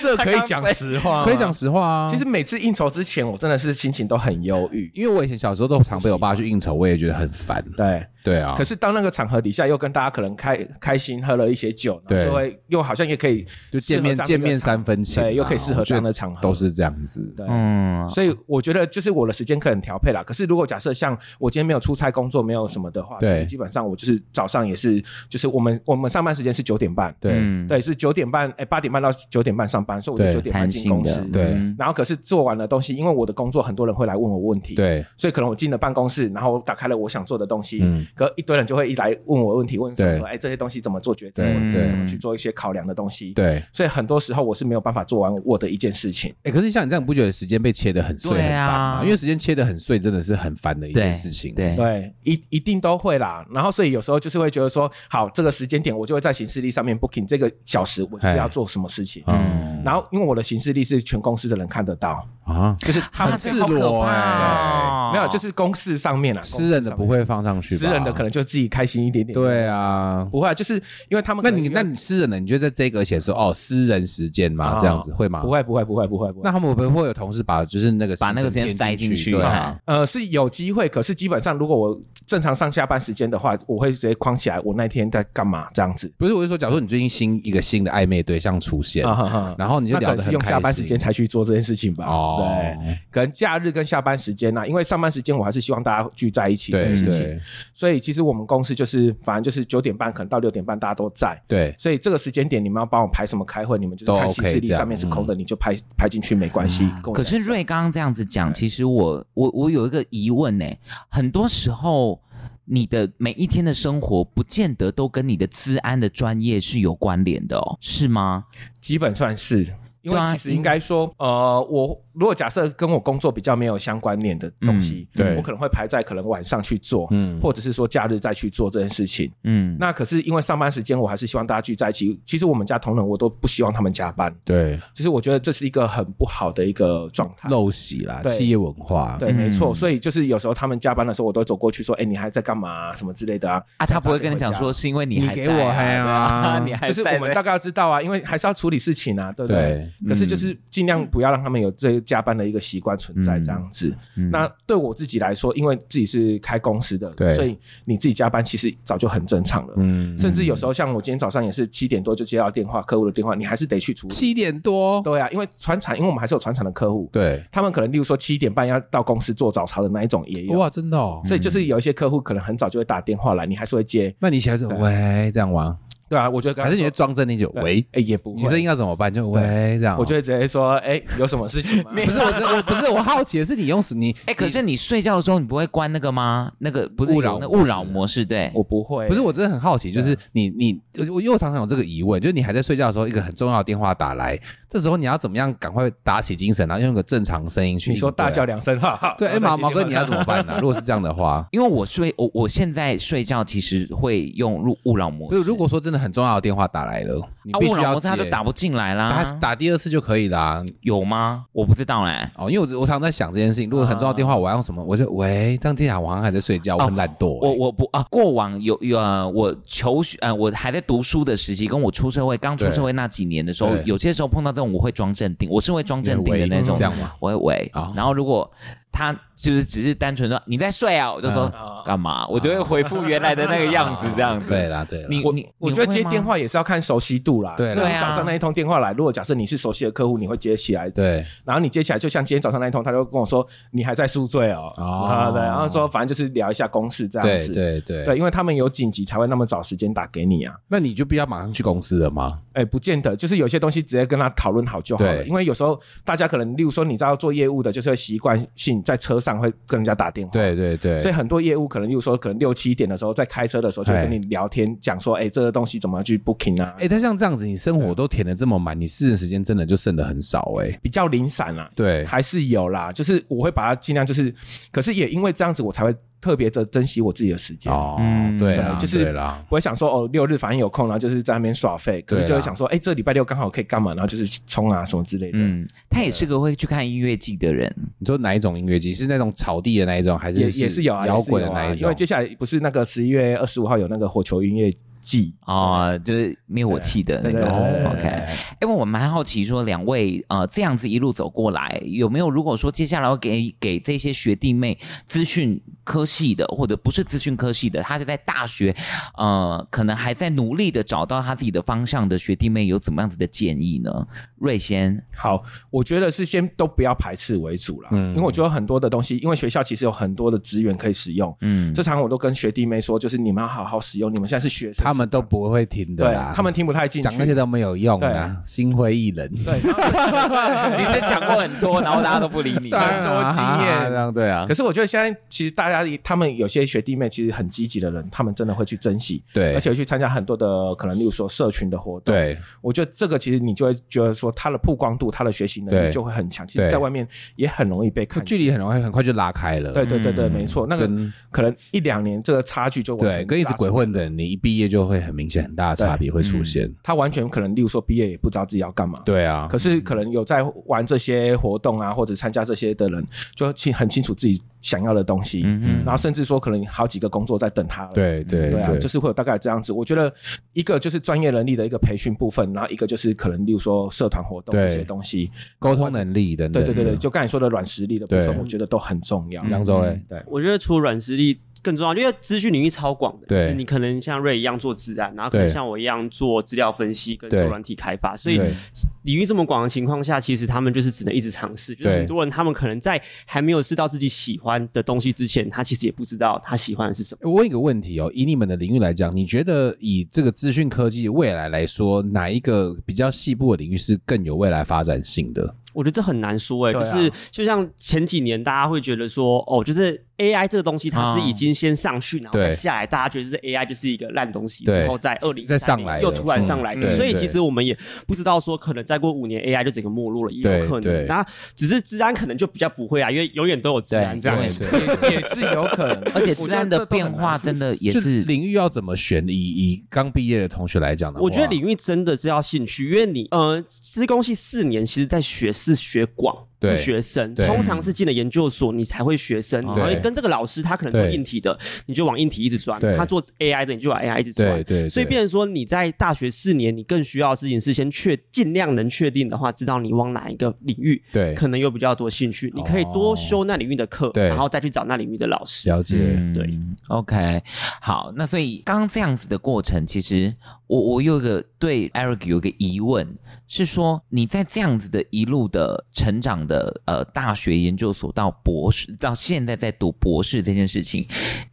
这可以讲实话，可以讲。实话啊。其实每次应酬之前，我真的是心情都很忧郁。因为我以前小时候都常被我爸去应酬，我也觉得很烦。对，对啊，可是到那个场合底下，又跟大家可能开开心喝了一些酒，然对后就会又好像也可以就见面适合这见样的面一个场三分情啊，对，又可以适合我这觉样得的场合，都是这样子。对，嗯，所以我觉得就是我的时间可以很调配啦。可是如果假设像我今天没有出差工作没有什么的话，对其实基本上我就是早上也是，就是我们我们上班时间是九点半，对嗯，对，是九点半，哎，八点半到九点半上班，所以我就对九点半弹进性公的司，，对嗯然后可是做完了东西，因为我的工作很多人会来问我问题，，对，所以可能我进了办公室，然后我打开了我想做的东西，嗯，可一堆人就会一来问我问题，问对说，哎，这些东西怎么做抉择，对或者对是怎么去做一些考量的东西，，对。所以很多时候我是没有办法做完我的一件事情。哎，可是像你这样，你不觉得时间被切得很碎很对烦啊吗？因为时间切得很碎，真的是很烦的一件事情。对 对，一一定都会啦。然后所以有时候就是会觉得说，好，这个时间点我就会在行事历上面 booking 这个小时，我就是要哎做什么事情。嗯，然后因为我的行事历是全公司的人看得到，啊，就是他啊们这赤好可裸怕欸哦哎没有，就是公事上面啦，私人的不会放上去公事吧，上面，私人的可能就自己开心一点点。对，啊。不会啊，就是因为他们那可能你因为那你私人的，你就在这个写说哦，私人时间吗？啊这样子会吗？不。会不会不会不会不会那。他们会不会有同事把就是那个把那个时间行程塞填进去去？对啊哎，呃，是有机会，可是基本上如果我正常上下班时间的话，我会直接框起来，我那天在干嘛这样子。不是，我是说，假如说你最近新一个新的暧昧对象出现，啊哈哈然后你就那可聊能得是很用开心，下班时间才去做这件事情吧。 哦，对，啊可能假日跟下班时间呐、因为上班时间我还是希望大家聚在一起这对件事情，对所所以其实我们公司就是，反正就是九点半，可能到六点半大家都在。对，所以这个时间点，你们要帮我排什么开会，你们就是都看行 OK，事历这样嗯上面是空的，你就排排进去没关系。跟我可是讲瑞刚刚这样子嗯讲，其实我我我有一个疑问呢、很多时候你的每一天的生活，不见得都跟你的资安的专业是有关联的哦，是吗？基本算是。因为对啊其实应该说，呃，我如果假设跟我工作比较没有相关联的东西，嗯对我可能会排在可能晚上去做，嗯或者是说假日再去做这件事情。嗯，那可是因为上班时间，我还是希望大家聚在一起。其实我们家同仁我都不希望他们加班，对，其实我觉得这是一个很不好的一个状态。陋习啦，对企业文化，对，没错。嗯所以就是有时候他们加班的时候，我都会走过去说：“哎、你还在干嘛、什么之类的啊啊，他不会跟你讲说是因为你还你在给我嗨啊， 啊对你？”还就是在我们大概要知道啊，因为还是要处理事情啊，对不对？对，可是就是尽量不要让他们有这个加班的一个习惯存在，这样子。嗯那对我自己来说，因为自己是开公司的，对所以你自己加班其实早就很正常了。嗯甚至有时候像我今天早上也是七点多就接到电话，客户的电话，你还是得去处理。七点多，对啊，因为船厂，因为我们还是有船厂的客户，对，他们可能例如说七点半要到公司做早操的那一种也有。哇，真的哦。所以就是有一些客户可能很早就会打电话来，你还是会接。那你起来说喂这样玩，对啊，我觉得刚还刚是你就说装镇定就对喂，哎也不会女生应该怎么办？就喂这样哦。我就会直接说，哎，有什么事情 吗？不是我真，我不是我好奇的是你用死你，哎、可是你睡觉的时候你不会关那个吗？那个不是勿有扰那模式勿扰模式，对，我不会，不是我真的很好奇，就是啊你你我又常常有这个疑问，就是你还在睡觉的时候，一个很重要的电话打来，这时候你要怎么样赶快打起精神，然后用一个正常声音去你说应对啊大叫两声，哈哈。对，哎然后再毛接毛电哥话你要怎么 办呢？如果是这样的话，因为我睡我我现在睡觉其实会用勿勿扰模就式，是如果说真的很重要的电话打来了，你啊必勿须扰要模式接，他就打不进来啦打，啊打第二次就可以啦。有吗？我不知道哎、哦，因为我我常常在想这件事情，如果很重要的电啊话，我要用什么？我就喂，这样听起来我好像还在睡哦觉，我很懒惰。欸我我不啊，过往有有、呃我求学呃，我还在读书的时期，跟我出社会刚出社会那几年的时候对，有些时候碰到这种，我会装镇定，我是会装镇定的你会那种，这 样吗我会喂，哦然后如果他就是只是单纯说你在睡啊，我就说啊干嘛，我就会回复原来的那个样子，这样子。对啦对啦，你哦我你我你觉得会接吗电话也是要看熟悉度啦。对啦那你对啊早上那一通电话来，如果假设你是熟悉的客户，你会接起来。对然后你接起来，就像今天早上那一通，他就跟我说你还在宿醉哦。哦啊，对，然后说反正就是聊一下公事这样对子。对对对，因为他们有紧急才会那么早时间打给你啊。那你就不要马上去公司了吗？哎，不见得，就是有些东西直接跟他讨论好就好了。对因为有时候大家可能，例如说你知道做业务的，就是会习惯性在车上会跟人家打电话。。对对对，所以很多业务可能，例如说，可能六七点的时候，在开车的时候就会跟你聊天，讲说，哎、这个东西怎么去 booking 啊？哎、但像这样子，你生活都填的这么满，你私人时间真的就剩的很少哎、比较零散啦、对，还是有啦。就是我会把它尽量就是，可是也因为这样子，我才会特别的珍惜我自己的时间。哦，嗯对啦，对就是对啦，不会想说哦，六日反正有空，然后就是在那边耍废。可对是啊啦就会想说，哎、这礼拜六刚好可以干嘛？然后就是去冲啊什么之类的。嗯，他也是个会去看音乐季的人，你说哪一种音乐季？是那种草地的那一种，还是也也是有啊，摇滚也是的有啊那一因种为？接下来不是那个十一月二十五号有那个火球音乐季，哦，就是灭火器的那对个。对对对哦 OK，因为我蛮好奇说，两位呃这样子一路走过来，有没有如果说接下来要给给这些学弟妹资讯科系的，或者不是资讯科系的，他是在大学呃可能还在努力的找到他自己的方向的学弟妹，有怎么样子的建议呢？瑞先，好，我觉得是先都不要排斥为主啦，嗯因为我觉得很多的东西，因为学校其实有很多的资源可以使用。嗯这常我都跟学弟妹说，就是你们要好好使用，你们现在是学生，他们都不会听的对啦，，他们听不太进去。讲那些都没有用啊对，心灰意冷。 对，然后你之前讲过很多，然后大家都不理很你多经验这样对啊可，是我觉得现在其实大家他们有些学弟妹其实很积极的人，他们真的会去珍惜，对，而且会去参加很多的可能，例如说社群的活动。，对我觉得这个其实你就会觉得说他的曝光度、他的学习能对力就会很强，其实对在外面也很容易被看距见。离很容易很快就拉开了。对对对对，嗯没错，那个跟可能一两年这个差距就完对，全跟一直拉出鬼来混的，人，你一毕业就会很明显很大的差别会嗯出现。他完全可能，例如说毕业也不知道自己要干嘛。对啊，可是可能有在玩这些活动啊，或者参加这些的人，就清很清楚自己想要的东西，嗯，然后甚至说可能好几个工作在等他了。对对对啊，就是会有大概这样子。我觉得一个就是专业能力的一个培训部分，然后一个就是可能例如说社团活动对这些东西。沟通能力等对等。对对对，就刚才说的软实力的部对分，我觉得都很重要。扬州嘞，我觉得除了软实力更重要，因为资讯领域超广的，对就是你可能像瑞一样做自然，然后可能对像我一样做资料分析跟对做软体开发，所以对领域这么广的情况下，其实他们就是只能一直尝试。就是对很多人他们可能在还没有试到自己喜欢的东西之前，他其实也不知道他喜欢的是什么。我问一个问题哦，以你们的领域来讲，你觉得以这个资讯科技未来来说，哪一个比较细部的领域是更有未来发展性的？我觉得这很难说哎、对啊就是就像前几年大家会觉得说，哦，就是 AI 这个东西它是已经先上去，然后啊对再下来，大家觉得是 AI 就是一个烂东西，对之后在二零再上来的又突然上来嗯的，对所以对其实我们也不知道说可能再过五年 AI 就整个没落了，也对有可对能。那只是治安可能就比较不会啊，因为永远都有治安这样。对对。也也是有可能 而且自然的变化真的也就是领域要怎么选？以以刚毕业的同学来讲的话，我觉得领域真的是要兴趣，因为你呃，资工系四年，其实在学是学广，对不学深。对嗯通常是进了研究所，你才会学深，你对会跟这个老师，他可能做对硬体的，你就往硬体一直钻对；他做 AI 的，你就往 AI 一直对钻。对，所以，变成说你在大学四年，你更需要的事情是先确尽量能确定的话，知道你往哪一个领域对可能有比较多兴趣，你可以哦多修那领域的课，对然后再去找那领域的老师。了解，嗯对，OK，好，那所以刚刚这样子的过程，其实我我有一个对 Eric 有一个疑问，是说你在这样子的一路的成长的呃大学研究所到博士，到现在在读博士这件事情，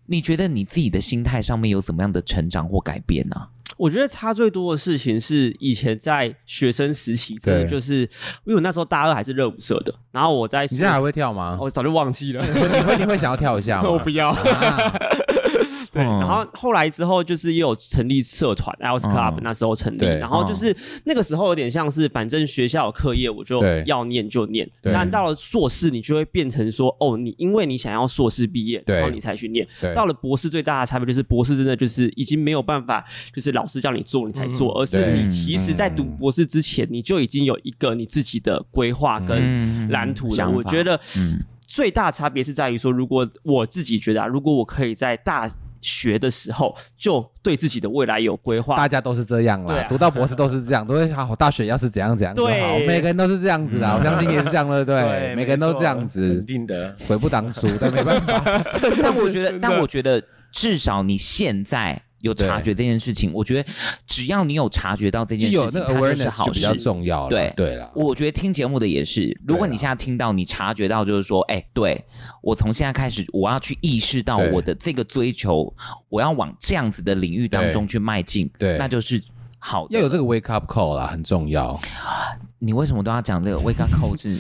你觉得你自己的心态上面有怎么样的成长或改变呢、我觉得差最多的事情是以前在学生时期，真的对就是因为我那时候大二还是热舞社的，然后我在哦你现在还会跳吗？我早就 忘记了，你会你会想要跳一下吗？ 我不要。啊 对，嗯然后后来之后就是也有成立社团 Alice Club，、嗯那时候成立，对嗯然后就是那个时候有点像是，反正学校有课业我就对要念就念，对但到了硕士你就会变成说，哦，你因为你想要硕士毕业，对然后你才去念对，到了博士最大的差别就是博士真的就是已经没有办法，就是老师叫你做你才做，嗯而是对你其实在读博士之前你就已经有一个你自己的规划嗯跟蓝图了，想法我觉得嗯最大差别是在于说，如果我自己觉得啊，如果我可以在大学的时候就对自己的未来有规划大，家都是这样对啦啊，读到博士都是这样，都会啊好大学要是怎样怎样就对好，每个人都是这样子的，啊我相信你也是这样 的，对，每个人都这样子肯，定的。悔不当 初，但没办法，但我觉得，但我觉得至少你现在有察觉这件事情，我觉得只要你有察觉到这就件事有情，那个它就是 awareness 就好比事较。重要了，对对啦，我觉得听节目的也是，如果对啊你现在听到，你察觉到就是说，哎、对我从现在开始，我要去意识到对我的这个追求，我要往这样子的领域当中去迈进，对那就是好的。要有这个 wake up call 啦，很重 要。你为什么都要讲这个未刚控 制？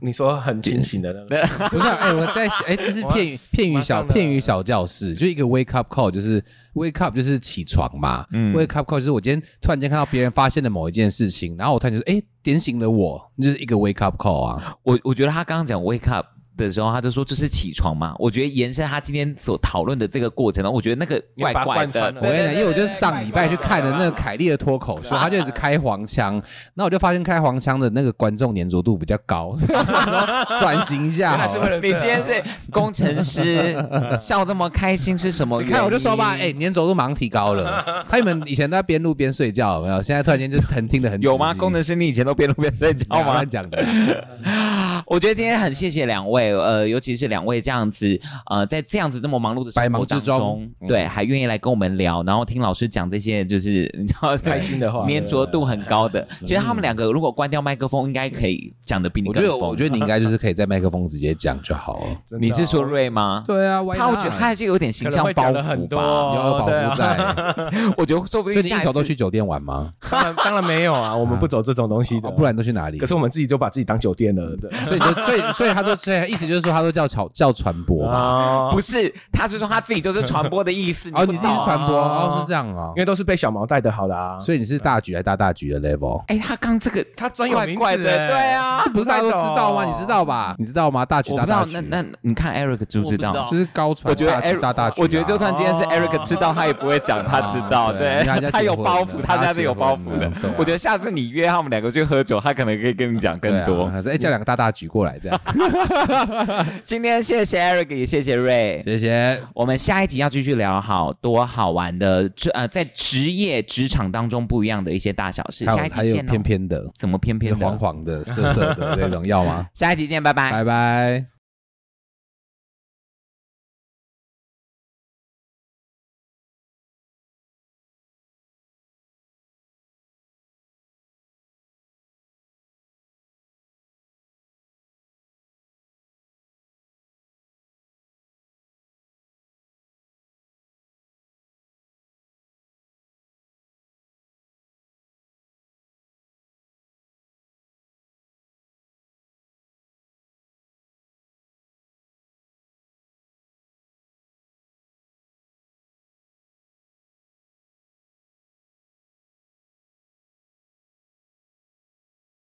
你说很清醒的那个，不是啊，哎、我在想，哎、这是片语片语小马上的片语小教室，就一个 wake up call，就是 wake up 就是起床嘛、w 嗯 a k e up call 就是我今天突然间看到别人发现了某一件事情，然后我突然就说，哎、点醒了我，那就是一个 wake up call 啊，我我觉得他刚刚讲 wake up 的时候，他就说这是起床嘛。我觉得延伸他今天所讨论的这个过程当中，我觉得那个怪你把它怪贯穿的了。我跟你讲，因为我就是上礼拜去看了那个凯莉的脱口秀，他就一直开黄腔，那我就发现开黄腔的那个观众粘着度比较高， 所以我说转型一下好了。 你今天是工程 师，笑这么开心是什么你原因？看，我就说嗯吧，哎、粘着度马上提高 了。他们以前都在边录边睡觉，有没有？现在突然间就很听得很有吗？仔细工程师，你以前都边录边在好教吗？吗乱？讲的，我觉得今天很谢谢两位，呃，尤其是两位这样子，呃，在这样子这么忙碌的生活百忙之当中中，嗯对，还愿意来跟我们聊，然后听老师讲这些，就是你知道开心的话粘着度很高的。其实他们两个如果关掉麦克风，应该可以讲的比你我更觉疯。得，我觉得你应该就是可以在麦克风直接讲就好了。真的你哦是说瑞吗？对啊，他我觉得他还是有点形象包可能会讲了很袱多吧。有保哦护啊在，我觉得说不所以定你下一一头都次去酒店玩吗？当然当然没有 啊，我们不走这种东西的，啊哦，不。然都去哪里可？是我们自己就把自己当酒店了， 对所以就所以所以他都所以意思就是说他都叫传叫传播嘛。啊，不是，他是说他自己就是传播的意思。 哦，不知你自己是道传播啊哦，是这样哦因。为都是被小毛带的好的啊。所以你是大局还是大大局的 level？哎，他刚这个他专有怪名怪词的，欸对啊，这不是大家都知道吗？太懂你知道吧？你知道吗？大局我不大知道大，局那，那你看 Eric 知不知我不知道道？就是高传我觉得大局 Eric，大大局啊。我觉得就算今天是 Eric 知道，他也不会讲他知 道，对啊对因为他家结婚了他有包袱，他家是有包袱的他结婚了对啊。我觉得下次你约他们两个去喝酒，他可能可以跟你讲更对啊多。还是哎，叫两个大大举过来 这样，啊今天谢谢 Eric，也谢谢 Ray。谢谢。我们下一集要继续聊好多好玩的，这呃，在职业职场当中不一样的一些大小事。还下有一还集有见哦偏。偏的，怎么偏偏的 哎黄？黄的、涩涩的那种，要吗？下一集见，拜拜。拜拜。